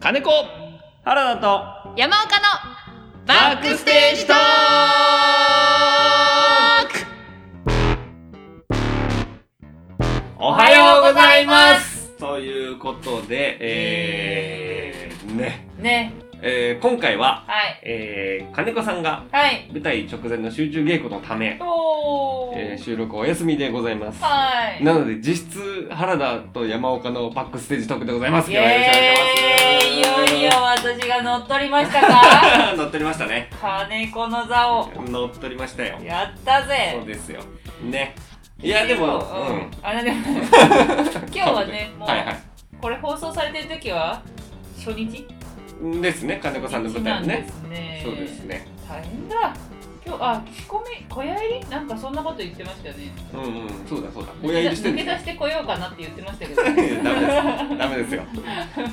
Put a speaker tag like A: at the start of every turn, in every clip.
A: 金子
B: 原田と
C: 山岡の
A: バックステージトークおはようございますということで、えー、ね、
C: ね
A: えー、今回は、
C: はい
A: えー、金子さんが
C: はい
A: 舞台直前の集中稽古のため、
C: おー、
A: えー、収録お休みでございます。
C: はい
A: なので、実質、原田と山岡のバックステージトークでございます。
C: イ
A: よろしくお願
C: エーイい
A: します
C: よいよ私が乗っ取りました か
A: 乗っ取りましたね。
C: 金子の座を
A: 乗っ取りましたよ。
C: やった
A: そう
C: ぜ
A: ですよ。ね。いや、でも、
C: う
A: うんん。、
C: あ れでも今日はねもう、
A: はいはい。
C: これ放送されてる時は初日
A: ですね、金子さんの舞
C: な
A: 台
C: ん
A: の
C: で
A: ね。
C: すね
A: そうですね。
C: 大変だ今日あ着込み小屋入りなんかそんなこと言ってましたよね
A: うんうん、そうだそうだ。親入りしてるん
C: 抜
A: で
C: け出
A: す
C: してこようかなって言ってましたけど、
A: よ。いやダメです。ダメですよ。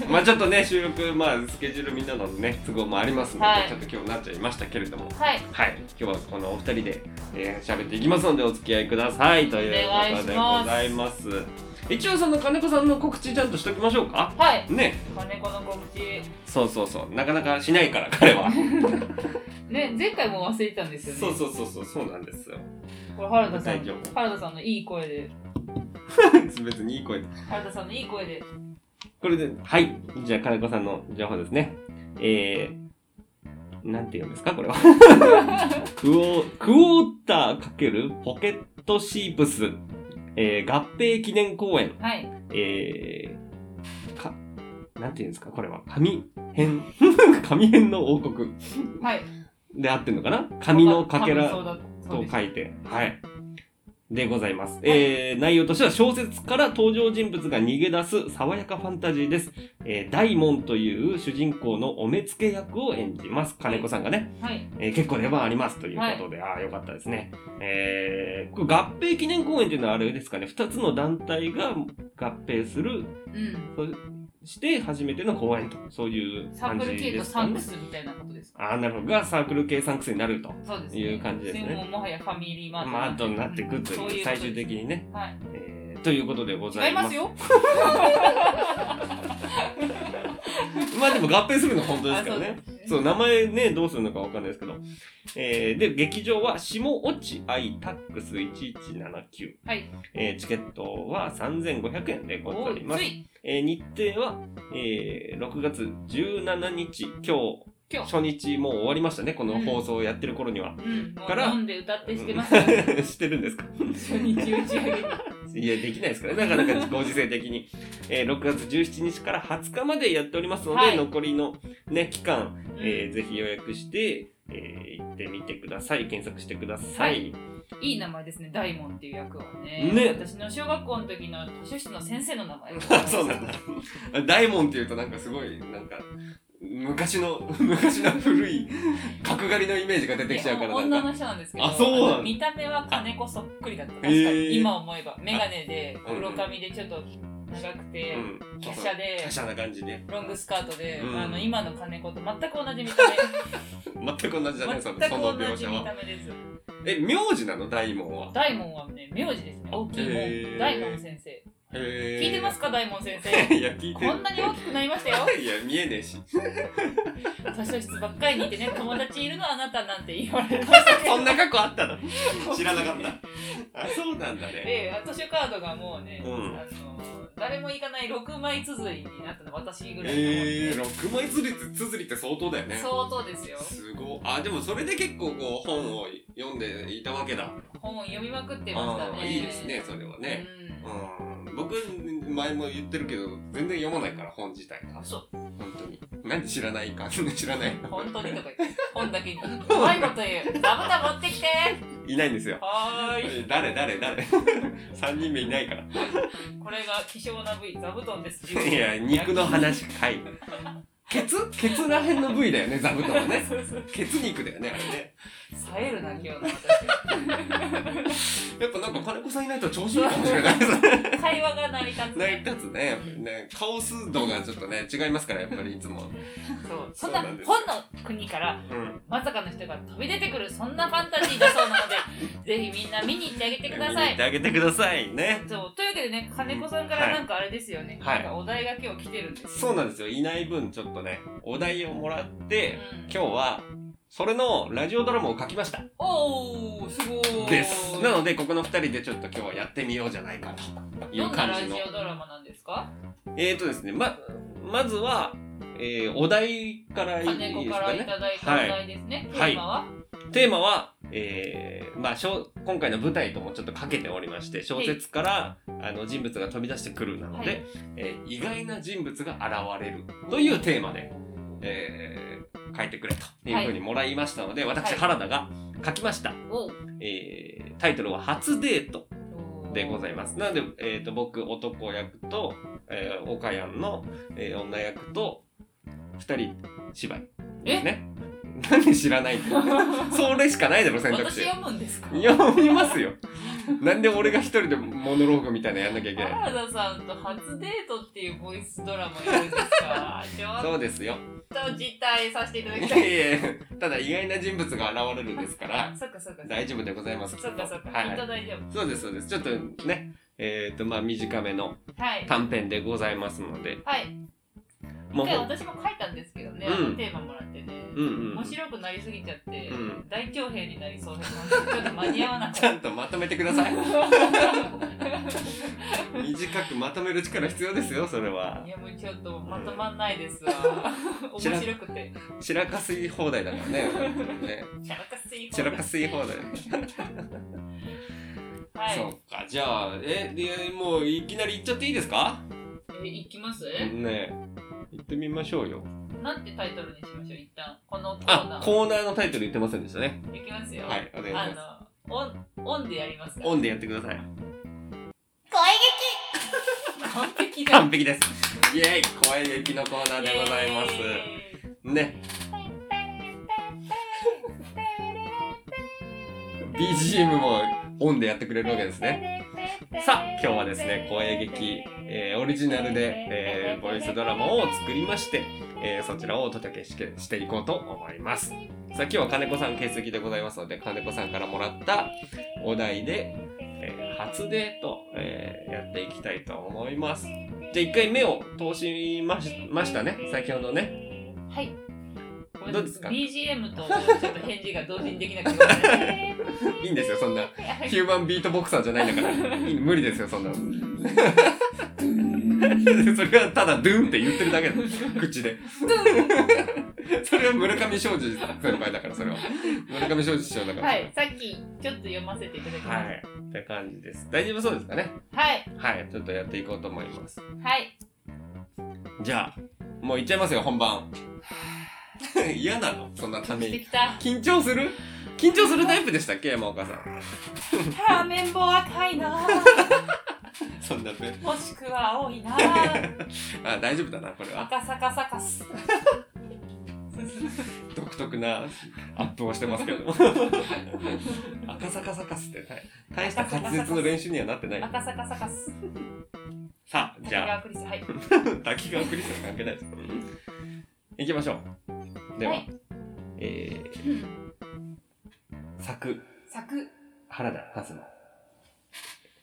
A: まあちょっとね、収録、まあスケジュールみんなのね、都合もありますので、
C: はい
A: ちょっと今日なっちゃいましたけれども。
C: はい
A: はい、今日はこのお二人でえー喋、っていきますのでお付き合いくださいということでございます一応その金子さんの告知ちゃんとしときましょうか
C: はい
A: ね
C: 金子の告知
A: そうそうそうなかなかしないから彼は
C: ね前回も忘れてたんですよね
A: そうそうそうそうそうなん ですよ
C: これ原田さ
A: 大丈
C: ん
A: 夫
C: 原田さんのいい声で
A: 別にいい声
C: 原田さんのいい声で
A: これではいじゃあ金子さんの情報ですねえー、なんて言うんですか これはクオクォーター×ポケットシープス、えー、合併記念公演
C: はい
A: えー、か、なんていうんですか、これは、紙編 紙編の王国
C: はい
A: であってんのかな紙のかけら
C: 多分そうだそう
A: と
C: です
A: 書いて、はい。でございます。えー、内容としては小説から登場人物が逃げ出す爽やかファンタジーです。えー、大門という主人公のお目付け役を演じます。金子さんがね、
C: はい
A: えー結構出番ありますということで、ああ、よかったですね。えー、これ合併記念公演っていうのはあれですかね、二つの団体が合併する
C: うん
A: そして初めての公演とそういう
C: サ
A: 感
C: ーク
A: じ
C: ル系
A: で
C: と
A: す
C: サ
A: か
C: ンク
A: ね。
C: スみたいなことですか
A: あーなるほどがサークル系サンクスになると。
C: そうです
A: いう感じですね
C: もうもはやファミリーマ
A: まあ、
C: ート
A: となっていくと
C: そう
A: いうう、最終的
C: に
A: にね。
C: はい
A: えーということでござ
C: 違い
A: いま。
C: ますすよ
A: まあでも合併するのは本当ですから
C: あ
A: ね。
C: そうです
A: そう、名前ね、どうするのかわかんないですけど。えーで、劇場は下落合タックス1179。
C: はい
A: えーチケットは3500円でござ
C: お
A: いま
C: つ
A: す。
C: い
A: えー日程は、えー6月17日、今日、
C: 今日
A: 初日もう終わりましたね、この
C: うん
A: 放送をやってる頃には。
C: うんも
A: か
C: う
A: ら
C: 飲んで歌ってし てますよ
A: してるんですか
C: 初日打ち上げに
A: いや、できないですからね、なかなかご時世的 に。えー6月17日から20日までやっておりますので、
C: はい
A: 残りの、ね、期間、
C: うん
A: えーぜひ予約して、えー行ってみてください。検索してください。
C: いい名前ですね、大門っていう役はね。
A: ね
C: 私の小学校の時の図書室の先生の名前
A: そうなんだ。大門っていうとなんかすごい、なんか、昔の、 昔の古い角刈りのイメージが出てきちゃうからな
C: 女
A: んか。
C: の人なんですけど、
A: あそうなんだ
C: の見た目は金子そっくりだった。確か
A: へー
C: に、今思えば。メガネで、
A: うん
C: 黒髪でちょっと長くて、
A: うん。
C: 華奢で
A: 華奢な感じで。
C: ロングスカートで、
A: うん
C: あの今の金子と全く同じ見 た
A: 全く同じじゃない
C: 目。
A: です
C: 全
A: か、その
C: く同
A: 描
C: じ
A: 写
C: 見
A: は。
C: た目です。
A: え、名字なの大門は。
C: 大門はね、名字ですね。大きい
A: へー
C: 門。大門先生。
A: 聞
C: 聞いてますか、大門先生。
A: いや、聞いて
C: こんなに大きくなりましたよ。
A: いや、見えねえし。
C: 図書室ばっかりにいてね、友達いるのあなたなんて言われましたけど
A: そんな過去あ ったの知らなかった。あ、そうなんだね。
C: で、図書カードがもうね、
A: うん
C: あの誰も行かない6枚綴りになったの私ぐらいの、
A: えー、6枚つりつつづりって相当だよね。
C: 相当ですよ
A: すごい。あ、でもそれで結構こう本を読んでいたわけだ。
C: 本を読みまくってました
A: あ
C: ね
A: ーいいですね、それはね。
C: うん
A: うん。僕、前も言ってるけど、全然読まないから、本自体が。
C: そう
A: 本当に。なんで知らないか知らない。
C: 本当にとか言って本だけにうまいこと言うダブタ持ってきて
A: いないんですよ。
C: はーい
A: 誰誰 誰 ?3 人目いないから。
C: これが希少な部位座布団です
A: いや、肉の話か い。ケツケツらへんの部位だよね、座布団はね。
C: そうそう
A: ケツ肉だよね、あれね。
C: 冴えるな、今日の私。
A: やっぱなんか金子さんいないと調子いいかもしれ ないですね。
C: 会話が成り立つ、
A: 成り立つね。やっぱりね、カオス度がちょっとね、違いますから、やっぱりいつも。
C: そう。そ
A: そうん
C: な、
A: なんです
C: 本の国から
A: うん。
C: まさかの人が飛び出てくる、そんなファンタジーだそうなの で、ぜひみんな見に行ってあげてくださ
A: 見に行っ
C: い
A: て。あげてくださいね。
C: そう。というわけでね、金子さんからなんかあれですよね。
A: はい
C: なんかお題が今日来てるんですよ。
A: そうなんですよ。いない分、ちょっとね、お題をもらって、
C: うん
A: 今日は、それのラジオドラマを書きました。
C: おー、すごーい。
A: です。なので、ここの二人でちょっと今日はやってみようじゃないかとい
C: ど
A: うん
C: な
A: 感
C: ラ
A: じ
C: ジ
A: の。
C: オドラマなんですか
A: えーとですね、ま、まずは、えーお題からいい
C: 金
A: い
C: 子
A: です
C: か
A: からね
C: い。ただいたお題ですね。
A: はい
C: テーマは、
A: テーマは、えーまあ、しょう今回の舞台ともちょっとかけておりまして小説からあの人物が飛び出してくるなので、
C: はい
A: えー意外な人物が現れるというテーマで、えー書いてくれというふうにもらいましたので、私
C: はい
A: 原田が書きました、
C: おう
A: えータイトルは「初デート」でございますなので、えー、と僕男役と、えー、岡山の、えー女役と2人芝居ですね。なんで知らない んだよそれしかないだろ選択肢
C: 私読むんですか
A: 読みますよなんで俺が一人でモノローグみたいなのやんなきゃいけない
C: 原田さんと初デートっていうボイスドラマやるんですかちょっ
A: そうですよ
C: と辞退させていただ
A: い
C: き
A: や
C: たい
A: いやいやただ意外な人物が現れるんですから
C: そっかそっか
A: 大丈夫でございます
C: そっかそっか、
A: は
C: きっと
A: い、
C: 大丈
A: そうですそうですちょっとねえっ、とまあ短めの
C: 夫はい
A: 短編でございますので
C: はい
A: も
C: 一
A: う
C: 回私も書いたんですけどね、
A: うん
C: あのテーマもらってね、
A: うんうん
C: 面白くなりすぎちゃって、
A: うん
C: 大長編になりそうでちょっと間に合わな
A: ち
C: か
A: ゃ
C: っ
A: んとまとめてください
C: た
A: 短くまとめる力必要ですよそれはい
C: やもうちょっとまとまんないで すわ面
A: 知らん
C: 白くて
A: 散らかすい放題だからねね
C: 散らかすい
A: 散らかすい放題
C: はい
A: そっか、じゃあ、え、で、もういきなり行っちゃっていいですか
C: えいきます、
A: ねえ、行ってみましょうよ。
C: なんてタイトルにしましょう一旦このコーナ
A: あ、
C: ー
A: コーナーのタイトル言ってませんでしたね。
C: いきますよ
A: はい、お願いし
C: あ
A: ま
C: のオンオンでやりますか
A: す。オンでやってください。
C: 完璧だ
A: 完璧です。イェイ声劇のコーナーでございます。
C: イ
A: ね。
C: エーイ
A: BGM もオンでやってくれるわけですね。さあ、今日はですね、声劇、えーオリジナルで、えーボイスドラマを作りまして、えーそちらをお届けしてしていこうと思います。さあ、今日は金子さん欠席でございますので、金子さんからもらったお題で、えー初デート、えーやっていきたいと思います。じゃあ一回目を通しましましたね、先ほどね。
C: はい
A: どうですか
C: BGM とちょっと返事が同時にできなくて
A: いいんですよ、そんな。ヒューマンビートボクサーじゃないん だから。いい無理ですよ、そんなの。 それはただドゥンって言ってるだけだ。口で。 それは村上庄司先輩だから、それは。村上庄司師匠だから。
C: はいさっきちょっと読ませていただきま
A: は
C: し
A: い。って感じです。大丈夫そうですかね。
C: たはい
A: はい。ちょっとやっていこうと思います。
C: はい
A: じゃあ、もういっちゃいますよ、本番。 嫌なのそんなため
C: して
A: に。
C: きた
A: 緊張する緊張するタイプでしたっけ山岡さん。
C: ラーメン棒赤いな
A: そんなべ
C: もしくは青いな
A: あ、大丈夫だな、これは。
C: 赤サカサカス
A: 独特なアップをしてますけど赤坂サカスって大大した滑舌の練習にはなってない
C: 赤サカサカス
A: さあじ
C: 滝
A: ゃ
C: 川クリスはい
A: あ滝川クリスは関係ないです行きましょうでは、
C: はい
A: えー、作
C: 作
A: 原田初の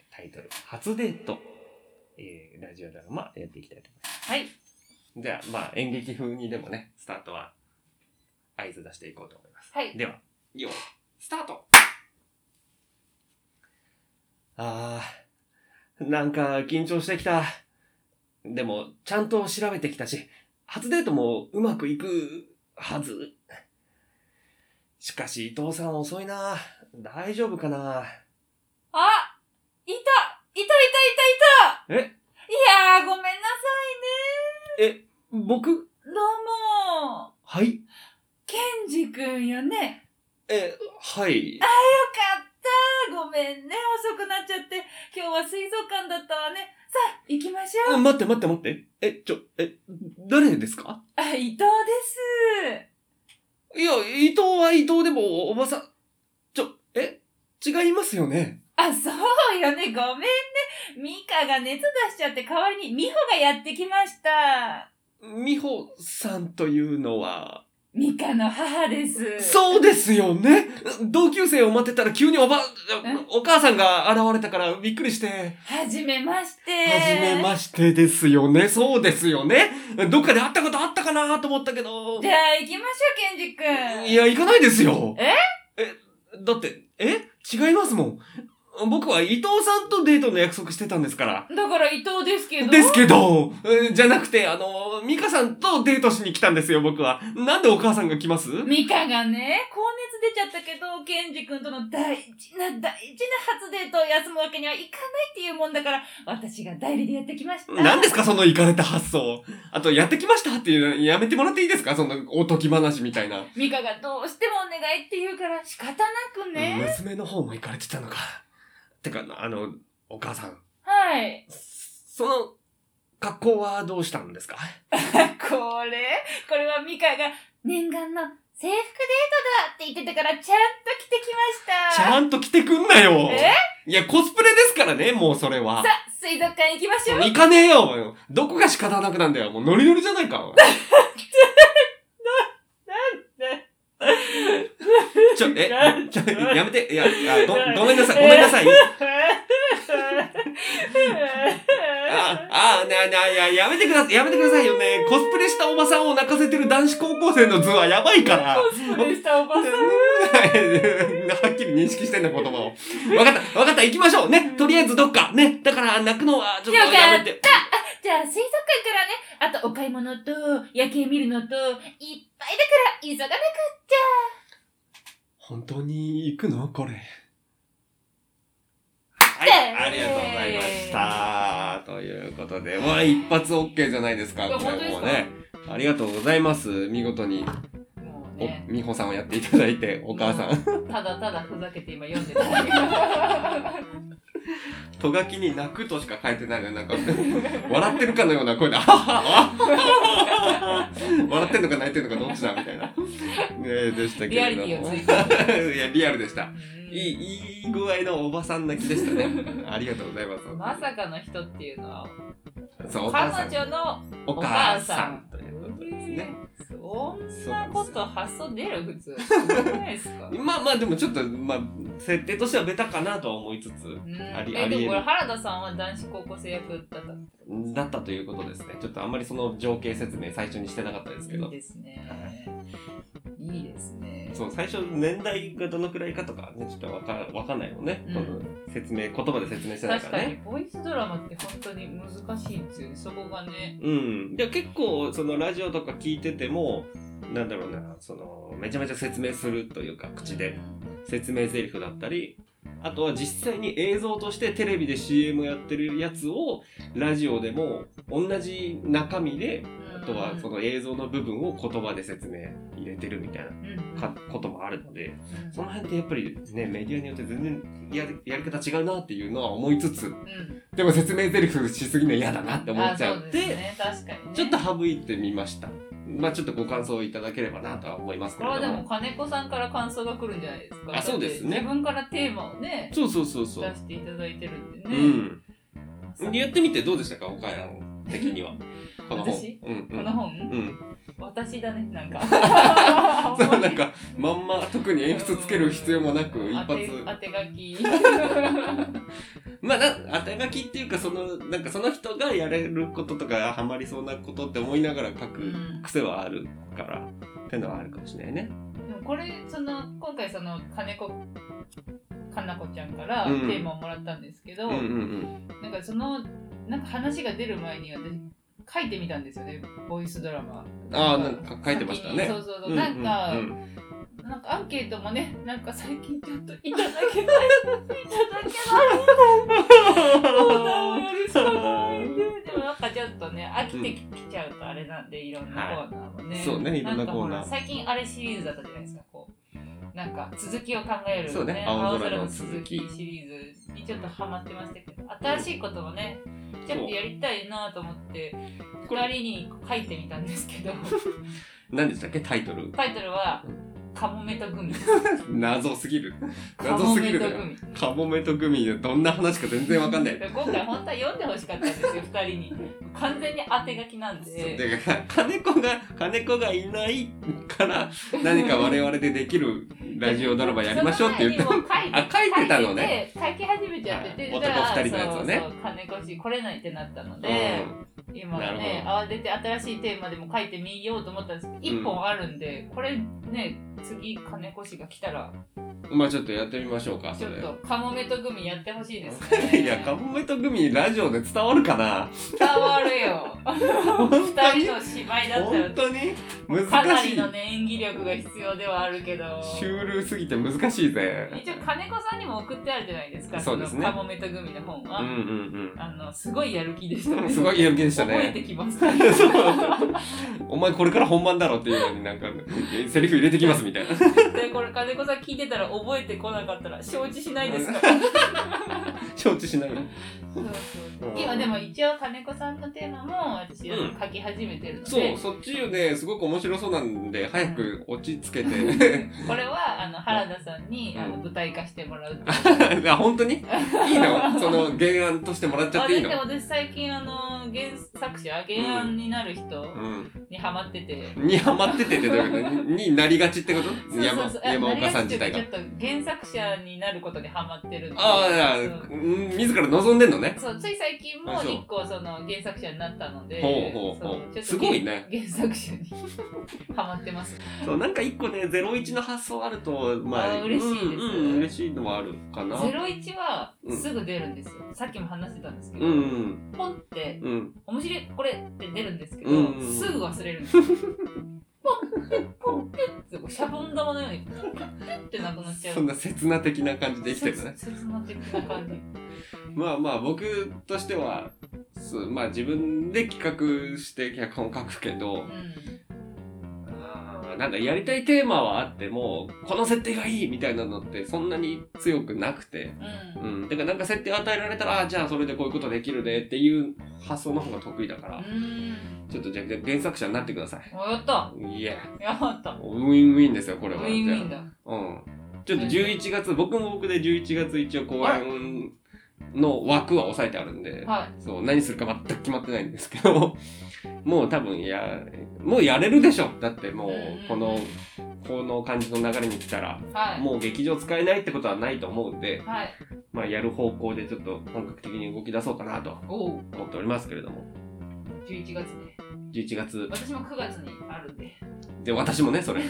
A: タイトル「初デート」えー、ラジオドラマやっていきたいと思います
C: はい
A: じゃあまあ演劇風にでもねスタートは合図出していこうと思います
C: はい
A: では、よ、スタートあー、なんか緊張してきた。でも、ちゃんと調べてきたし、初デートもうまくいくはず。しかし、伊藤さん遅いな。大丈夫かな。
C: あいたいたいたい
A: え
C: たいたいやーごめんなさ
A: 僕
C: いどうも
A: はい
C: ケンジくんよね
A: え、はい。
C: よかったごめんね遅くなっちゃって今日は水族館だったわねさあ行きましょう
A: 待って待って待って。え、ちょ、え、誰ですか
C: あ伊藤です
A: いや、伊藤は伊藤でも、おばさん、
D: 違いますよね。
C: あ、そうよね。ごめんね。ミカが熱出しちゃって代わりにミホがやってきました。
D: 美穂さんというのは。
C: ミカの母です。
D: そうですよね同級生を待ってたら急におば、お母さんが現れたからびっくりして。
C: はじめまして。
D: はじめましてですよね。そうですよね。どっかで会ったことあったかなと思ったけど。
C: じゃあ行きましょう、ケンジ君。
D: いや、行かないですよ。
C: え
D: え、だって、え違いますもん。僕は伊藤さんとデートの約束してたんですから。
C: だから伊藤ですけど。
D: ですけど、えじゃなくて、あの、美香さんとデートしに来たんですよ、僕は。なんでお母さんが来ます
C: ミカがね、高熱出ちゃったけど、ケンジ君との大事な大事な初デートを休むわけにはいかないっていうもんだから、私が代理でやってきました。
D: 何ですかその行かれた発想。あと、やってきましたっていうのやめてもらっていいですかそのおとぎ話みたいな。
C: ミカがどうしてもお願いって言うから仕方なくね。
D: 娘の方も行かれてたのか。てか、あの、お母さん、
C: はい。
D: その格好はどうしたんですか
C: これこれはミカが念願の制服デートだって言ってたからちゃんと着てきまし
D: ち
C: た。
D: ゃんと着てくんなよ
C: え
D: いや、コスプレですからね、もうそれは
C: さ。あ、水族館行きましょう。
D: 行かねえよどこが仕方なくなんだよもうノリノリじゃないか。ちょ、え、ちょ、やめて、いや、あご、ごめんなさい、ごめんなさい。あ、あ、な、な、や、やめてください、やめてくださいよね。コスプレしたおばさんを泣かせてる男子高校生の図はやばいから。
C: コスプレしたおばさん。
D: はっきり認識してんだ、言葉を。わかった、わかった、行きましょうね。とりあえずどっか。ね。だから、泣くのは、ちょっとやめて。
C: じゃあ、水族館からね、あとお買い物と、夜景見るのと、いっぱいだから、急がなくっち
D: 本当に行くのこれ。
A: はい、ありがとうございました。ということで、まあ一発 OK じゃないですか、
C: いや
A: これも
C: 本
A: う
C: 当です
A: ね。ありがとうございます。見事に、
C: ゃ。もう
A: お、 美穂さんをやっていただいて、お母さん。
C: ただただふざけて今読ん でた。
A: とがきに泣くとしか書いてないのよなんか、 笑ってるかのような声で、あははは 笑ってんのか泣いてんのかどっちだみたいな。ねえ、でしたけれども。
C: リアリティを追
A: いや、リアルでした。いい、いい具合のおばさん泣きでしたね。ありがとうございます。
C: まさかの人っていうのは、
A: そう、お母さん
C: 彼。女の
A: お
C: お
A: 母
C: 母
A: さ
C: さ
A: ん
C: ん
A: ということですね。
C: そ
A: そ
C: んなこと発想出る普 通。ないですか。
A: まあまあでもちょっと、まあ、設定としてはベタかなとは思いつつ、
C: うん、
A: ありあ
C: え
A: りえ
C: で
A: る
C: もこれ原田さんは男子高校生役だったんで
A: だったということですね。ちょっとあんまりその情景説明最初にしてなかったです
C: す
A: け
C: けどい
A: ど
C: い。ですねいいですね
A: そう、最初年代がどのくらいかとかね、ちょっとわかわかんないもんね。
C: うん
A: この説明、言葉で説明してないか
C: 確からに
A: ね。
C: ボイスドラマって本当に難しいんですよねそこがね
A: うん。で結構、そのラジオとか聞いてても、なんだろうな、その、めちゃめちゃ説明するというか、口で。説明台詞だったりあとは実際に映像としてテレビで CM やってるやつをラジオでも同じ中身であとはその映像の部分を言葉で説明入れてるみたいなかこともあるのでその辺ってやっぱりねメディアによって全然やりやり方違うなっていうのは思いつつでも説明台詞しすぎるの嫌だなって思っちゃ
C: う
A: っ
C: んあそう
A: て
C: ですね確かにね
A: ちょっと省いてみましたまあちょっとご感想いただければなとは思います
C: こ
A: け
C: れ
A: れ
C: は
A: ど
C: で
A: も
C: も金子さんから感想が来るんじゃないですか
A: あそうですね
C: だって自分からテーマをね
A: そうそうそう
C: 出
A: そう
C: していただいてるんで
A: う
C: ね、
A: ん
C: まさか
A: やってみてどうでしたか岡山的には。この本
C: 私
A: うんう
C: こ
A: ん
C: の本、
A: うん、
C: 私だねなんか
A: そうなんかまんま特に鉛筆つける必要もなく一
C: 当
A: 発
C: て当て書き
A: まあな当て書きっていうかそのなんかその人がやれることとかハマりそうなことって思いながら書
C: う
A: く
C: ん
A: 癖はあるから、ってのはあるかもしれないね。
C: でもこれその今回その金子かなこちゃんからテ
A: うん
C: ーマをもらったんですけど、
A: うんうんうん
C: なんかそのなんか話が出る前に私書いてみたんですよねボイスドラマ
A: ああなんか書いてましたね
C: 先にそうそうそ
A: う
C: う、
A: んうん
C: なんか、
A: うん
C: なんかアンケートもねなんか最近ちょっといただけないい ただけない相談 をやるしかないでもなんかちょっとね飽きてきちゃうとあれなんでいろんなコーナーも
A: は
C: ね、
A: いそうねいろんなコーナー
C: んかほら最近あれシリーズだったじゃないですかこうなんか続きを考える
A: そうね青
C: 青
A: 空
C: 空
A: の
C: の
A: 続
C: 続
A: き
C: きシリーズにちょっとハマってましたけど新しいこともねちょっとやりたいなと思って
A: これ
C: 2人に書いてみたんですけど
A: 何でしたっけタイトル
C: タイトルは
A: う
C: 「カモメとグミ。
A: 謎す ぎる。
C: カ
A: 謎
C: モ
A: すぎ
C: メ
A: る
C: と
A: だ
C: グ
A: ろ。
C: ミ。
A: カモメとグミでどんな話か全然わかん ない。
C: 今回本当は読んでほしかったんですよ、二人に。完全に当て書きなんで。
A: だから金子が金子がいないから何か我々でできるラジオドラマやりましょうって言っ
C: その
A: て
C: 前にも
A: あ
C: う
A: 書いてたのね
C: 書いてて書き始めちゃってて、
A: はい
C: だから
A: 男二人のやつをね
C: そうそう金越し来れないってなったので、
A: う
C: 今
A: なるほ
C: ね
A: ど
C: 慌てて新しいテーマでも書いてみようと思ったんですけど一本あるんで、これね次金越しが来たら
A: んまあちょっとやってみましょうか
C: ち
A: そ
C: ょっ
A: れ
C: とカモメとグミやってほしいです ね
A: いやカモメとグミラジオで伝わるかな
C: 伝わるよ
A: 本当
C: 二
A: に
C: 人の芝居だったら
A: 本当に
C: かな
A: 難し
C: り
A: い
C: のね演技力が必要ではあるけど
A: シュールすぎて難しいぜ
C: 一応金子さんにも送ってあるじゃないですか
A: そうですね
C: のカモメとグミの本は、
A: うんうん
C: あのすごいやる気でし
A: う
C: た
A: んすごいやる気でした
C: 覚えて
A: ね
C: きま した
A: そうお前これから本番だろっていうのになんかセリフ入れてきますみたいな
C: でこれ金子さん聞いてたら覚えてこなかったら承知しないですから
A: 承知しない
C: そうそう今でも一応金子さんのテーマも私
A: うん
C: 書き始めてるの
A: そ
C: で
A: う、、そっちよね、すごく面白そうなんで、早く落ち着けて。
C: これはあの原田さんに、
A: うん
C: あの舞台化してもらうっていう
A: あ、本当にいいのその原案としてもらっちゃっていいの
C: あだって私最近あの原作者原案になる人
A: う
C: にハマってて、
A: ん。にハマっててってどういう ことにになりがちってこと
C: そうそうそう
A: 山山岡さん自体が
C: ちょっ。と原作者になることにハマってるんで
A: ああ、いや
C: そう
A: うん自ら望んでんのね。
C: そうつい最近も
A: あそう
C: 一個その原作者になったので
A: ほうほうほう
C: そうちょっと
A: すごいね
C: 原作者に ハマってます
A: そう、なんか一個ね、ゼロ一の発想あると、ま
C: あ
A: あ、
C: ー嬉しいです
A: うん、うん、嬉しいのはあるかな。
C: ゼロイチは
A: うん
C: すぐ出るんですよ、さっきも話してたんですけど、
A: うん、うん、
C: ポンって
A: うん。
C: 面白いこれって出るんですけど、
A: うんうんうん
C: すぐ忘れるんですよポンってポンってってシャボン玉のようにポンってなくなっちゃう
A: そんな切な的な感じで生きてるね。
C: 切切な的な感じ
A: まあまあ僕としてはそうまあ自分で企画して脚本を書くけど
C: う
A: あーなんかやりたいテーマはあってもこの設定がいいみたいなのってそんなに強くなくて、
C: んうん
A: うん、だからなんか設定与えられたらあーじゃあそれでこういうことできるねっていう発想の方が得意だから、
C: うん
A: ちょっとじゃあ原作者になってください。
C: おやった
A: いや、
C: やった
A: ウィンウィンですよこ
C: ウ
A: れは。
C: ィンウィンだ
A: うん。ちょっと11月、僕も僕で11月一応公演の枠は抑えてあるんで、
C: はい
A: そう、何するか全く決まってないんですけど、 もう多分や、もうやれるでしょだってもう
C: うんうんうん、
A: この、この感じの流れに来たら、
C: はい
A: もう劇場使えないってことはないと思うんで、
C: はい
A: まあやる方向でちょっと本格的に動き出そうかなと
C: おお
A: 思っておりますけれども、
C: 11月ね
A: 11月、
C: 私も9月にあるんで
A: で、私もね、それ。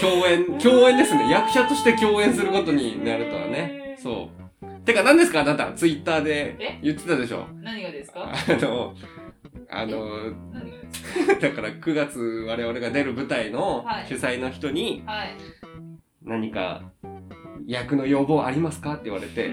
A: 共 演、共演ですね。役者として共演することになるとはね。そう。てか何ですかあなた、ツイッターで
C: え
A: 言ってたでしょ。
C: 何がですか
A: あの、あの、
C: 何がです
A: だから9月我々が出る舞台の
C: はい
A: 主催の人に
C: かはい
A: 何か役の要望ありますかって言われて、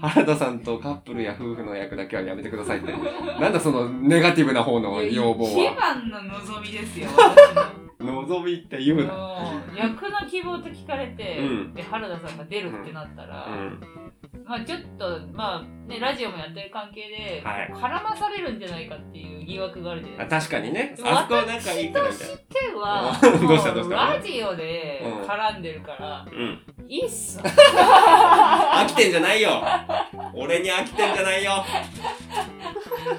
A: 原田さんとカップルや夫婦の役だけはやめてくださいって。なんだそのネガティブな方の 要望
C: 一
A: は。
C: 番の望みですよ私の
A: 望みって言うな。
C: うん役の希望と聞かれて、
A: うん
C: で原田さんが出るってなったら、
A: うん。
C: まあちょっとまあねラジオもやってる関係で、
A: はい
C: 絡まされるんじゃないかっていう疑惑があるじゃな
A: あ
C: いですか。
A: 確かにね。
C: でも
A: あそこなんかいいからみたいな
C: 私。手は
A: うん どうしたどうした
C: もラジオで
A: うん
C: 絡んでるから、
A: うん。
C: いいっす
A: 飽きてんじゃないよ俺に飽きてんじゃないよ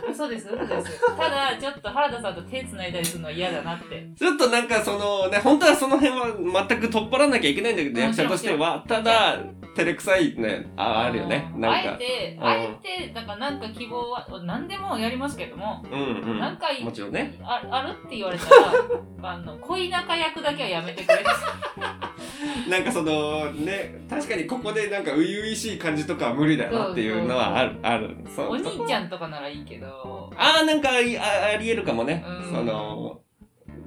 C: 嘘です嘘ですただちょっと原田さんと手つないだりするのは嫌だなって
A: ちょっとなんかそのね本当はその辺は全く取っ払わなきゃいけないんだけど
C: うん
A: 役者としてはただ照れくさいねああるよね
C: うん
A: なん
C: あえ
A: か
C: て
A: うん
C: あえてだからなんか希望は何でもやりますけども、
A: うんうん
C: なんかい
A: もちろんね
C: ああるって言われたら あの恋仲役だけはやめてくれ
A: なんかそのね確かにここでなんか初々しい感じとかは無理だよなっていうのはあるある そう
C: お兄ち
A: ゃん
C: ゃんとかならいいけど
A: ああなんかありあありえるかもね
C: うん
A: その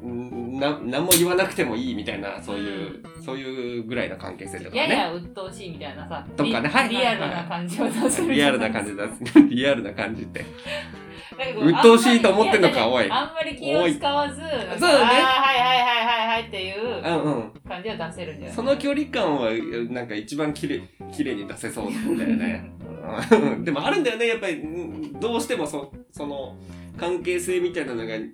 A: んな何も言わなくてもいいみたいなそういうそういうぐらいな関係性とかも
C: や
A: ね
C: や鬱陶しいみたいなさ
A: とかね
C: リ
A: はい
C: リアルな感じを出せる
A: リアルな感じだ。リアルな感じって。鬱
C: と
A: 陶しいと思ってんのかおい
C: あんまり気を使わずそう
A: そうだね
C: はいはいはいはいはいっていう
A: うんうん。
C: 感じは出せるんじゃない
A: その距離感は、なんか一番きれい、綺麗に出せそうだよね。うんでもあるんだよね、やっぱり、うんどうしてもそ、その、関係性みたいなのが、うん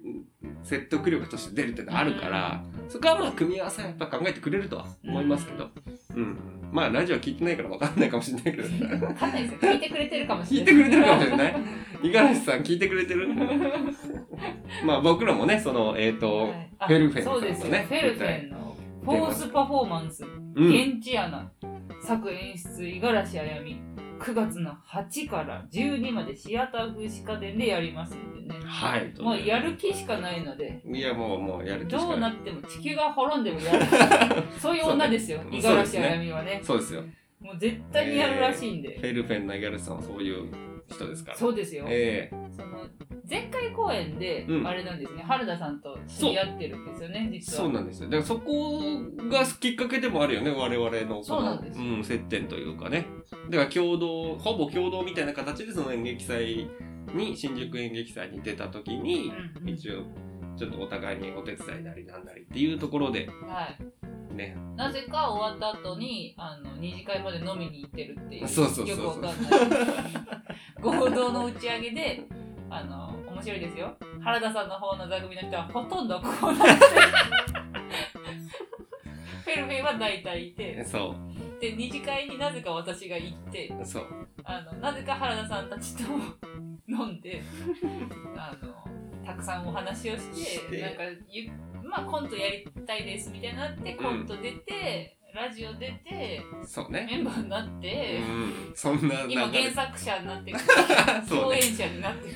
A: 説得力として出るってのあるから、そこはまあ組み合わせはやっぱ考えてくれるとは思いますけど、うん、まあラジオ聞いてないから分かんないかもしれないけ ど
C: わかんないですよ。聞いてくれてるかもし
A: 聞い
C: れ
A: て
C: ない。
A: くれてるかもしれない五十嵐さん聞いてくれてる まあ僕らもねそのえっ、と
C: はいあ
A: フェルフェンさんの
C: そう
A: ね
C: ですよ。フェルフェンのフォースパフォーマンス、
A: うん
C: 現地アナ、作演出、五十嵐あやみ。9月の8から12までシアター風刺家電でやりますんでね。
A: はい
C: もうやる気しかないので、
A: いやもうもうやる気し
C: ど
A: か
C: う
A: ない
C: なっても地球が滅んでも やる。そういう女ですよ
A: そ、うね
C: 五十嵐あやみはね。
A: そうですよフ
C: もう絶対にやるらしいんで。
A: ェルフェンの五十嵐さんはそういう人ですから
C: そうですよ。
A: ええ
C: その前回公演で
A: う、ん
C: あれなんですね、原田さんと知り合ってるんですよね、実は。
A: そうなんですよだからそこがきっかけでもあるよね我々の
C: そ
A: こ
C: うな
A: の
C: んです
A: ん、接点というかねだから共同ほぼ共同みたいな形でその演劇祭に新宿演劇祭に出た時に
C: うんうん
A: 一応ちょっとお互いにお手伝いなりなんなりっていうところで
C: はい、
A: ね
C: なぜか終わった後にあの二次会まで飲みに行ってるっていう
A: そうそうそうそう
C: よくわかんない合同の打ち上げであの面白いですよ原田さんの方の座組の人はほとんどこうなってフェルフェンは大体いて
A: そ
C: で二次会になぜか私が行って
A: うそう
C: あのなぜか原田さんたちとも飲 んであのたくさんお話をして
A: して
C: なんかゆ、まあ、コントやりたいですみたいになってコント出て、ラジオ出て
A: そうね
C: メンバーになって、
A: うんそんな
C: 今
A: 流
C: 原
A: れ
C: 作者になってる
A: そう
C: 共
A: ね
C: 演者になって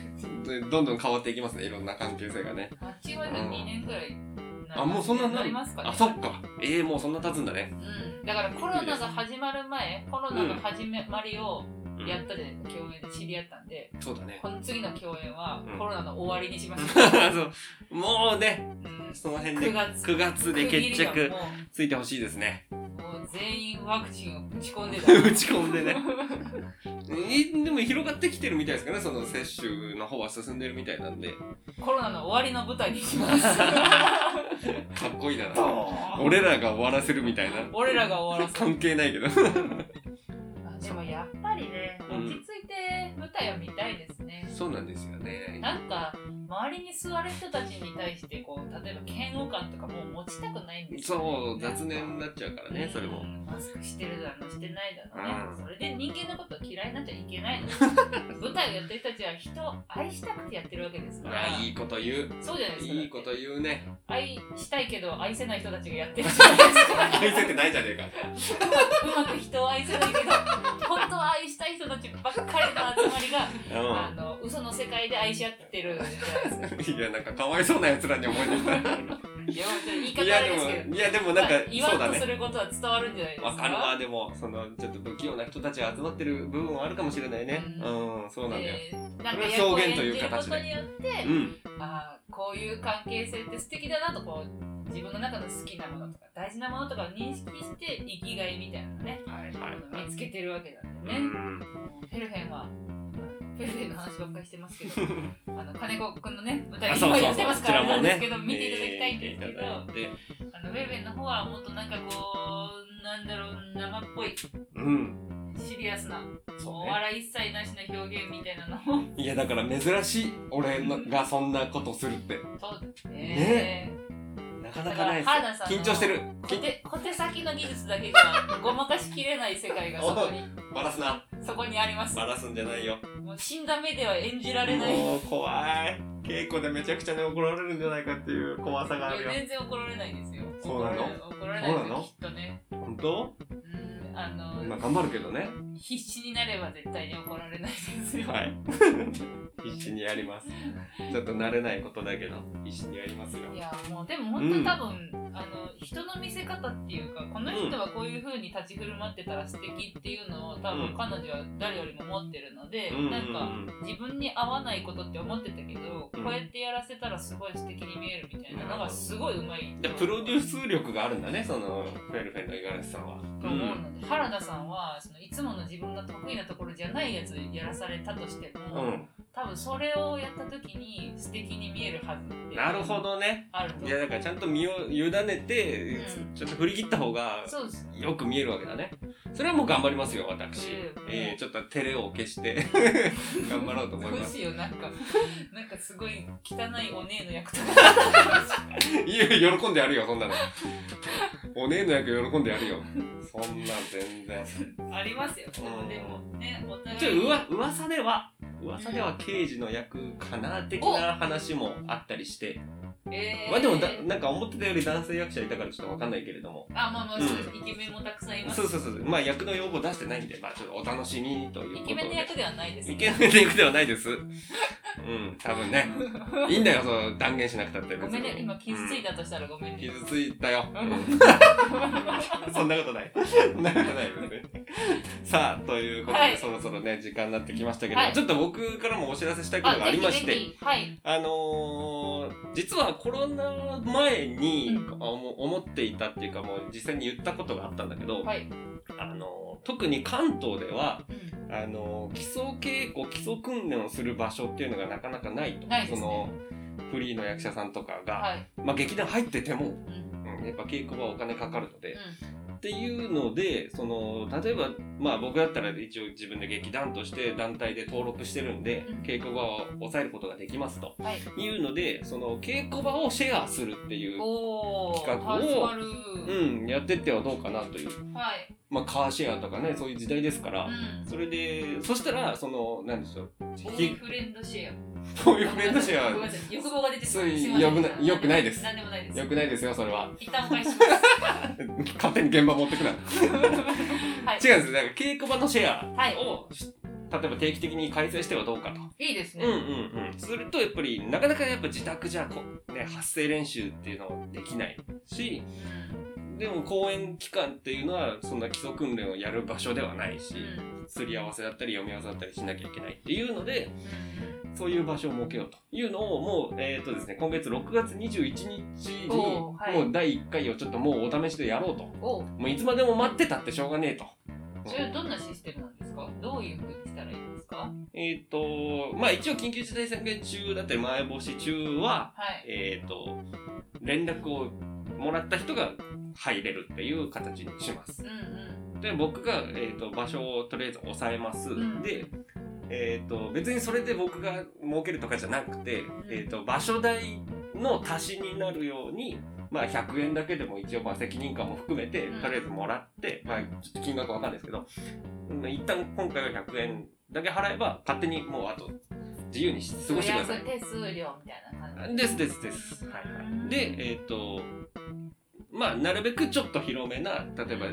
C: る
A: どんどん変わっていきますねいろんな関係性がね
C: あっちは2年ぐらいになります
A: あもうそんなにな
C: な
A: る
C: りますかね
A: あそっかええもうそんな経つんだね
C: うん、だからコロナが始まる前コロナの始まりを
A: うん
C: やったじゃないですか共演で知り合ったんで
A: そうだね
C: この次の共演は
A: うん
C: コロナの終わりにしましょ う
A: そうもうね
C: うん
A: その辺で
C: 9月
A: 9月で決着
C: も
A: ついてほしいですね。
C: うもう全員ワクチンを打ち込んでた
A: 打ち込んでね。いでも広がってきてるみたいですかね、その接種の方は進んでるみたいなんで。
C: コロナの終わりの舞台にします
A: かっこいいだな。俺らが終わらせるみたいな。
C: 俺らが終わらせ
A: 関係ないけど。
C: るでもやっぱりね落ち着いて舞台を見たいですね、
A: そうなんですよね。
C: なんか周りに座る人たちに対してこう例えば嫌悪感とかもう持ちたくないんですよ
A: そう、雑念になっちゃうからね、それ
C: う
A: も。
C: んマスクしてるだろしてないだろね、
A: うん
C: それで人間のこと嫌いになっちゃいけな いの舞台をやってる人たちは人を愛したくてやってるわけですから
A: あいいこと言う。
C: そうじゃないですか
A: いいこと言うね。
C: 愛したいけど愛せない人たちがやってるじゃないで すか
A: 愛せてないじゃねえか。
C: うまく人を愛せないけど本当は愛したい人たちばっかりの集まりが、あの嘘の世界で愛し合ってるじゃないですか
A: いや、なんかかわいそうな奴らに思えてきた。
C: いや言い方
A: いや、
C: あれですけ
A: で
C: ど
A: も、いや、でもなんか
C: まあ、言
A: そう
C: わ
A: だ
C: んと
A: ね
C: す。ることは伝わるんじゃないですか
A: わかるわでもそのちょっと不器用な人たちが集まってる部分はあるかもしれないね
C: う
A: うん、そうなんだよ、
C: えーなん
A: そ
C: か
A: れ
C: 役
A: は
C: を
A: 表
C: 演
A: 現
C: じ
A: と
C: る
A: いう
C: こ
A: 形
C: と
A: で
C: によって、
A: うん
C: あーこういう関係性って素敵だなとこう自分の中の好きなものとか大事なものとかを認識して生きがいみたいなね、
A: はいはい
C: 見つけてるわけなんで
A: う
C: ね、
A: ん
C: フェルフェンはフェルフェンの話ばっかりしてますけ どあの金子くんのね舞台
A: あ
C: いっ
A: そう
C: ぱい
A: そ
C: や
A: う
C: って
A: そう
C: ま
A: こ
C: す
A: ち
C: かららな
A: も
C: んです
A: ね
C: けど、見ていただきたいん
A: 見てい
C: です
A: た
C: け
A: だ
C: ど、
A: いて
C: あのフェルフェンの方はもっとなんかこうなんだろう生っぽい
A: うん
C: シリアスな、
A: そう
C: お
A: ね
C: 笑い一切なしの表現みたいなのも
A: いやだから珍しい俺のがそんなことするって
C: そうですね
A: ねなかなかない
C: だから原田
A: で
C: さん
A: す
C: の
A: 緊張してる
C: 小手小手先の技術だけじゃごまかしきれない世界がそ こに
A: バラすな
C: そこにあります
A: バラすんじゃないよ
C: もう死んだ目では演じられないい
A: もう怖い稽古でめちゃくちゃに怒られるんじゃないかっていう怖さがあるよ
C: や全然怒られないですよ
A: そうなの
C: 怒られない
A: そう
C: 怒られ
A: な
C: ない
A: の
C: ですよきっとね
A: 本当
C: うんあ
A: まあ
C: の
A: 頑張るけどね
C: 必死になれば絶対に怒られないですよ、
A: はい必死にやりますちょっと慣れないことだけど必死にやりますよ
C: いやもうでも本当に多分、あの人の見せ方っていうかこの人はこういう風に立ち振る舞ってたら素敵っていうのを多
A: う
C: 分
A: ん
C: 彼女は誰よりも持ってるので、
A: ううう
C: なんか自分に合わないことって思ってたけど、
A: うん
C: こうやってやらせたらすごい素敵に見えるみたいなのがすごいうまい
A: でプロデュース力があるんだねそのフェルフェンの五十嵐さんは、
C: と思うので、原田さんはそのいつもの自分が得意なところじゃないやつやらされたとして
A: う
C: も、
A: ん、
C: 多分それをやった時に素敵に見えるはずって
A: なるほどね
C: ある
A: い
C: と思
A: や
C: う
A: だからちゃんと身を委ねて、
C: うん
A: ちょっと振り切った方が
C: そうです
A: よく見えるわけだねそれはもう頑張りますよ私、
C: うん
A: えーちょっと照れを消して 頑張ろうと思い
C: どう
A: ます
C: しようなんかなんかすごい汚いお姉の役とか
A: いや
D: や喜んでやるよ、そんなの。お姉の役喜んでやるよ。そんな全然。
C: ありますよ。でもでもね、お互い
A: ちょうわ噂では噂では刑事の役かな的な話もあったりして、
C: えー
A: まあでもだなんか思ってたより男性役者いたからちょっとわかんないけれども、
C: あ、まあまあ、そうです。イケメンもたくさんいます
A: そう。そうそうまあ役の要望出してないんでまあちょっとお楽しみという
C: イ
A: こと
C: ケメンの
A: で
C: 役ではないです、
A: イケメンの役ではないですうん多分ねいいんだよそう断言しなくたって
C: ごめんね、今傷つい
A: た、
C: たとしたらごめん
A: うん
C: ね。
A: 傷ついたよ、うん そんなことない。そんなことないよね。さあ、ということで、
C: はい
A: そろそろね、時間になってきましたけど、
C: はい
A: ちょっと僕からもお知らせしたいことが
C: あ、
A: あ
C: ぜ
A: りま
C: ひ
A: し
C: ぜ
A: て、
C: ひ、はい。
A: あのー実はコロナ前に、
C: う
A: あ思思っていたっていうか、もう実際に言ったことがあったんだけど、
C: はい。
A: あのー特に関東では、
C: うん
A: あのー基礎稽古、基礎訓練をする場所っていうのがなかなかないと。
C: ないですね
A: そのフリーの役者さんとかが、
C: はい。
A: まあ劇団入ってても、
C: うんうん
A: うんやっぱ稽古場はお金かかるので、っていうのでその例えば、まあ、僕だったら一応自分で劇団として団体で登録してるんで、
C: うん
A: 稽古場を抑えることができますと
C: はい。
A: いうのでその稽古場をシェアするっていう、
C: おー、
A: 企画を
C: 始まる。
A: うん、やってってはどうかなという、
C: はい。
A: まあ、カーシェアとかねそういう時代ですから、
C: うん。
A: それでそしたらその何でしょう
C: ボーイ
A: ひ
C: フレンドシェア。
A: こういうフレンドシェ
C: ご
A: ア
C: め んなさい、欲望が出て
A: つい
C: すません
A: よくないよくないです
C: 何でもないです。
A: よくないですよそれは
C: 一旦お返しします。
A: 勝手に現場持ってくな
C: はい。
A: 違うんですだから稽古場のシェア
C: はい
A: をし例えば定期的に開催してはどうかと。
C: いいです
A: うんうん
C: ね。
A: うん、するとやっぱりなかなかやっぱ自宅じゃこ、ね、発声練習っていうのはできないしでも公演期間っていうのはそんな基礎訓練をやる場所ではないし
C: うん
A: すり合わせだったり読み合わせだったりしなきゃいけないっていうので
C: うん
A: そういう場所を設けようというのをもう、えーとですね、今月6月21日に
C: お
A: も
C: ーはいう
A: 第1回をちょっともうお試しでやろうと
C: お
A: もういつまでも待ってたってしょうがねえと。
C: それはどんなシステムなんですかどういうふうにしたらいいんですか
A: えっ、とまあ一応緊急事態宣言中だったりまん延防止中は
C: はい。
A: えっ、と、連絡をもらった人が入れるっていう形にします
C: う。ん
A: で、僕が、えー、と場所をとりあえず押さえます。
C: ん
A: で、えっ、と、別にそれで僕が儲けるとかじゃなくて、えっ、と、場所代の足しになるように、まあ100円だけでも一応まあ責任感も含めて、
C: うん
A: とりあえずもらって、まあちょっと金額わかんないですけど、うん一旦今回は100円だけ払えば勝手にもうあと自由に過
C: うん。
A: ごしてください。
C: 予約手数料みたいな感じ。
A: ですですです。はいはい、で、えっ、と、まあ、なるべくちょっと広めな、例えば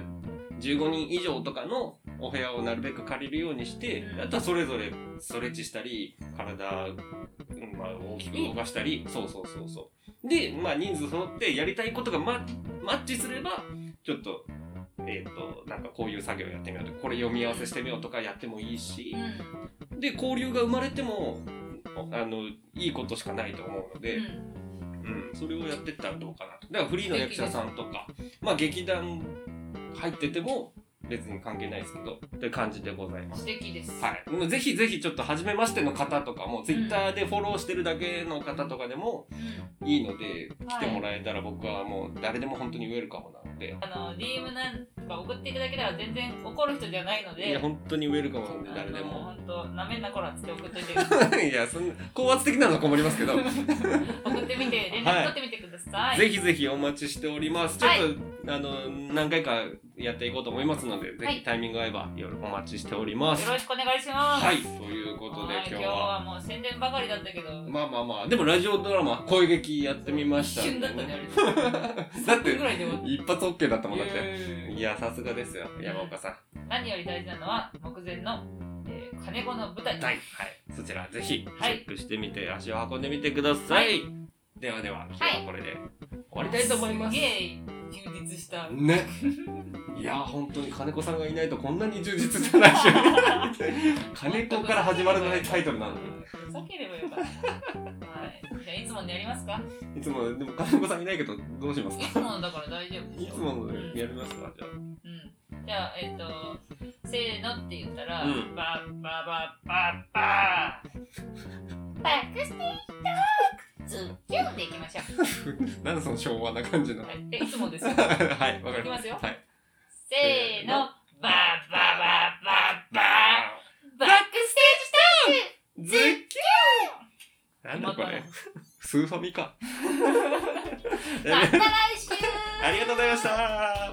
A: 15人以上とかのお部屋をなるべく借りるようにして
C: う、ん
A: あとはそれぞれストレッチしたり、体、うんまあ、大きく動かしたり、そうそうそうそう。で、まあ、人数揃ってやりたいことがママッチすれば、ちょっと、えっ、と、なんかこういう作業やってみようとか、これ読み合わせしてみようとかやってもいいし、
C: うん
A: で、交流が生まれても、あの、いいことしかないと思うので、
C: うん。
A: うん、それをやってったらどうかなと。だからフリーの役者さんとか、まあ劇団入ってても別に関係ないですけど、って感じでございます。
C: 素敵です。
A: はい。もうぜひぜひちょっと初めましての方とかも、ツイッターでフォローしてるだけの方とかでも
C: うん
A: いいので、
C: は
A: 来
C: い
A: てもらえたら僕はもう誰でも本当にウェルカムなので、
C: あの DM なんか送っていただけたら全然怒る人じゃないの
A: いや
C: で。
A: 本当にウェルカムなので
C: あ
A: 誰で
C: の
A: も。
C: 本当なめんなこらっつって送っといて
A: いや、そんな高圧的なのは困りますけど。
C: 送ってみて連
A: はい
C: 絡取ってみてください。
A: ぜひぜひお待ちしております。ちょっ
C: はい
A: と、あの、何回かやっていこうと思いますので、ぜ
C: は
A: ひ
C: い
A: タイミング合えば夜お待ちしております。
C: よろしくお願いします。
A: はい、ということで
C: はい
A: 今
C: 今
A: 日
C: 日
A: は。
C: はもう宣伝ばかりだったけど。
A: まあまあまあ、でもラジオドラマ、声劇やってみました
C: 一
A: ん
C: 瞬
A: で
C: だったね。
A: だっ
C: あれ。ぐ
A: て、
C: らいで終わっ
D: 一発 OK だった
C: た
D: もんだって。
C: いや
A: いや、さすがですよ、山岡さん。
C: 何より大事なのは目前の、えー金子の舞台。
A: はい、はい、そちらぜひチ
C: はい
A: ェックしてみて、足を運んでみてください。
C: はい
A: ではでは、今日はこれで終わりたいと思います。
C: すげえ充実した。
D: ね。
A: いやー本当に金子さんがいないとこんなに充実じゃないし 金子から始まるタイトルなのに
C: ふざければよかった。はい。じゃあいつものやりますか。
A: いつもでも金子さんいないけどどうします
C: い
A: か
C: つものだから大丈夫で
A: い
C: しょ。
A: つものやりますかじゃ
C: うん。じゃあえっ、とせーのって言ったら、
A: うん
C: バッバババッバー。バックステージトーク。ズキュンでいきましょう。
A: あ なんでその昭和な感じの は
C: はい。えいつもですよ。
A: いわかり
C: いき
A: ま
C: ますよ。
A: はい
C: せーの、バーバーバーバーバーバックス
A: すズ
C: テージトーク
A: ッなんだこれスーファミか
C: また来週
A: ありがとうございました